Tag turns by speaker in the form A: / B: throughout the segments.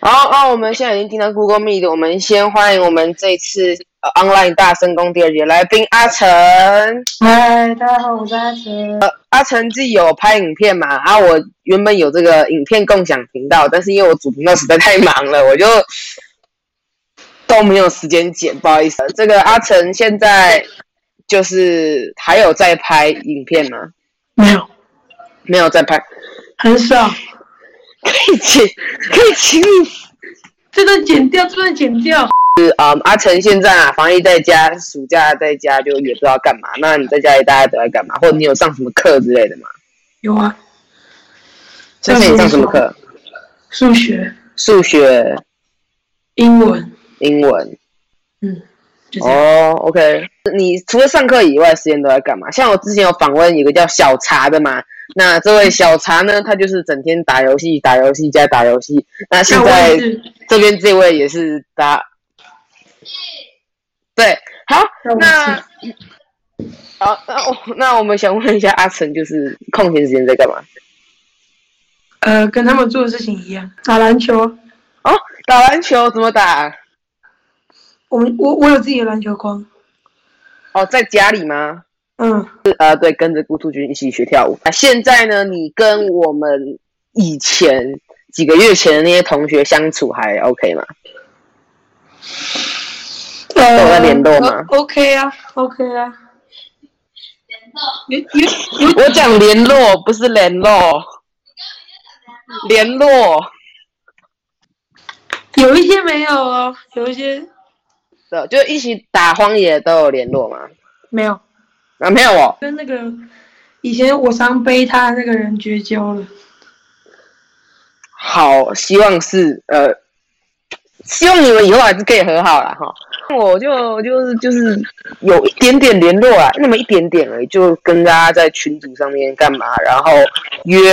A: 那我们现在已经听到 Google Meet，我们先欢迎我们这一次、呃 Online 大声公第二节来宾阿成。
B: 嗨，大家好，我是阿成。
A: 呃，阿成自己有拍影片嘛？啊，我原本有这个影片共享频道，但是因为我主频道实在太忙了，我就都没有时间剪，不好意思。这个阿成现在就是还有在拍影片吗？
B: 没有，
A: 没有在拍，
B: 很少，
A: 可以请，可以请你
B: 这段剪掉，这段剪掉。
A: 嗯，阿成现在啊，防疫在家，暑假在家就也不知道干嘛。那你在家里大家都在干嘛？或者你有上什么课之类的吗？
B: 有啊，
A: 之前你上什么课？
B: 数学、
A: 数学、
B: 英文，
A: 英文。
B: 嗯，就这样。
A: 哦，OK。你除了上课以外，时间都在干嘛？像我之前有访问有个叫小茶的嘛，那这位小茶呢，他就是整天打游戏、打游戏加打游戏。那现
B: 那我
A: 在
B: 也是，
A: 这边这位也是打，对，好，
B: 那我
A: 那
B: 是
A: 好，那我那我们想问一下阿成，就是空闲时间在干嘛？
B: 呃，跟他们做的事情一样，打篮球。
A: 哦，打篮球怎么打？
B: 我们我我有自己的篮球框，
A: 哦，在家里吗？
B: 嗯，
A: 呃，对，跟着顾兔君一起学跳舞。啊，现在呢，你跟我们以前几个月前的那些同学相处还 OK 吗？
B: 呃，
A: 有在联络吗
B: 呃？OK 啊，OK 啊。有有有
A: 我讲联络，不是联络，联络
B: 有一些没有哦，有一些
A: 的，就一起打荒野都有联络吗？
B: 没有。
A: 啊，没有哦。
B: 跟那个以前我常背他的那个人绝交了。
A: 好，希望是呃，希望你们以后还是可以和好啦哈。我就就是就是有一点点联络啊，那么一点点而已，就跟大家在群组上面干嘛，然后约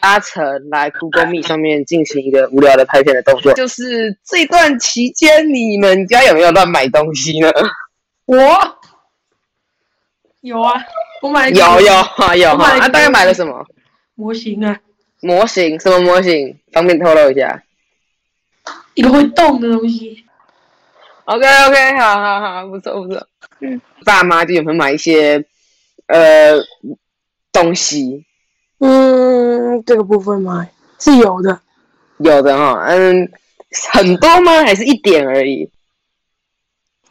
A: 阿成来 Google Meet 上面进行一个无聊的拍片的动作。就是这段期间，你们家有没有乱买东西呢？
B: 我有啊，我买了一个
A: 有有啊有
B: 我买
A: 哈，
B: 了一个
A: 啊大概买了什么
B: 模型啊，
A: 模型？什么模型？方便透露一下
B: 一个会动的东西。
A: ？OK OK，好好好，不错不错。嗯，爸妈就有没有买一些呃东西？
B: 嗯，这个部分嘛是有的，
A: 有的哈，嗯，很多吗？还是一点而已？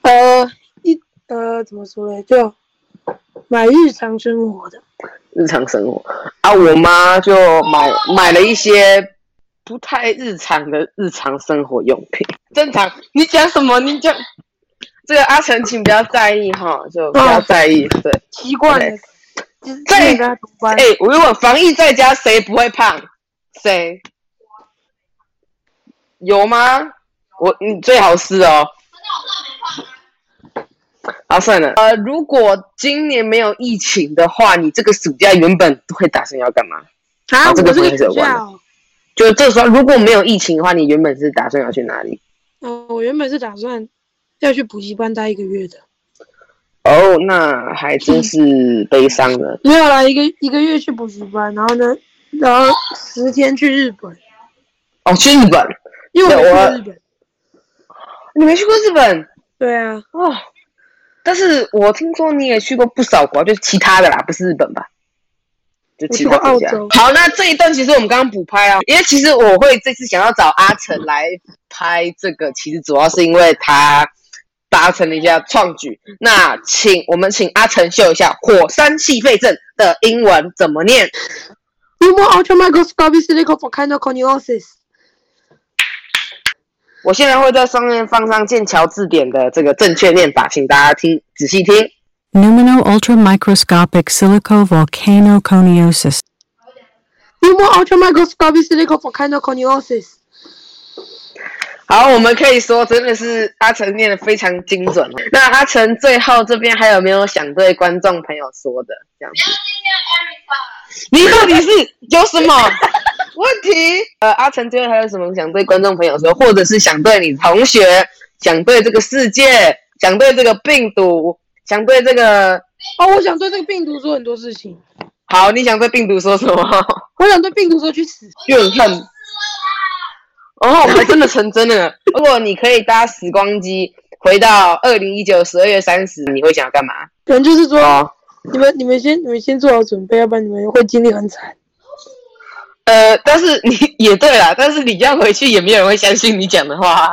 B: 呃，一呃怎么说呢，就买日常生活的。
A: 日常生活啊，我妈就买买了一些不太日常的日常生活用品。正常，你讲什么？你讲这个阿成，请不要在意哈，就不要在意。对，
B: 习惯
A: 对
B: 了，哎就是啊
A: 在
B: 跟他同班
A: 哎、，我如果防疫在家，谁不会胖？谁？有吗？我你最好是哦。啊，算了。呃，如果今年没有疫情的话，你这个暑假原本会打算要干嘛？
B: 啊，
A: 哦
B: 我
A: 这个
B: 这
A: 不
B: 个
A: 能是
B: 暑
A: 有关的
B: 假哦，
A: 就这时候如果没有疫情的话，你原本是打算要去哪里？
B: 嗯，我原本是打算要去补习班待一个月的，
A: 哦，那还真是悲伤了。
B: 没有啦，一个一个月去补习班，然后呢，然后十天去日本，
A: 哦，去日本？
B: 因为我没
A: 对
B: 去
A: 我
B: 过日本。
A: 你没去过日本
B: 对啊，
A: 哦？ 但是我听说你也去过不少国，就是其他的啦，不是日本吧？就其他国家
B: 我去过澳洲。
A: 好，那这一段其实我们刚刚补拍啊，因为其实我会这次想要找阿成来拍这个，其实主要是因为他达成了一下创举。
B: 嗯
A: 那请我们请阿成秀一下火山细肺症的英文怎么念？
B: Human ultramicroscopic silico volcano coniosis。
A: 我现在会在上面放上剑桥字典的这个正确念法，请大家听仔细听。
C: Numino ultramicroscopic silicovolcanoconiosis.
B: Human ultramicroscopic silico volcano coniosis。
A: 好，我们可以说真的是阿成念的非常精准哦。那阿成最后这边还有没有想对观众朋友说的？这样子，你到底是有什么 问题？呃，阿成最后还有什么想对观众朋友说，或者是想对你同学，想对这个世界，想对这个病毒，想对这个
B: 哦，我想对这个病毒做很多事情，
A: 好，你想对病毒说什么？
B: 我想对病毒说去死。
A: 怨恨。然哦后我们还真的成真了。如果你可以搭时光机回到二零一九十二月三十，你会想要干嘛？
B: 可能就是说，啊
A: 哦
B: 你们你们先你们先做好准备，要不然你们会经历很惨。
A: 呃，但是你也对啦，但是你要回去也没有人会相信你讲的话啊、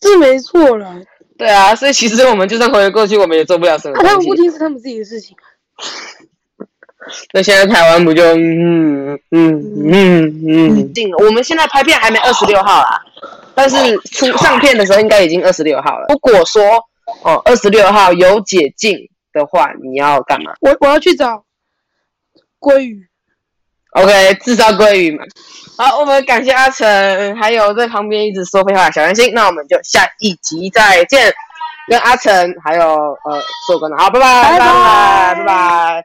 B: 是没错啦，
A: 对啊，所以其实我们就算回过去，我们也做不了什么
B: 啊，他
A: 东
B: 们
A: 西
B: 不。听是他们自己的事情。
A: 那现在台湾不就嗯嗯嗯嗯定了？我们现在拍片还没二十六号啦，但是出上片的时候应该已经二十六号了。如果说哦二十六号有解禁的话，你要干嘛
B: 我我要去找鲑鱼，
A: ？OK，制造鲑鱼嘛。好，我们感谢阿成，还有在旁边一直说废话的小安心。那我们就下一集再见，跟阿成还有呃做个呢，好，拜拜拜拜拜拜。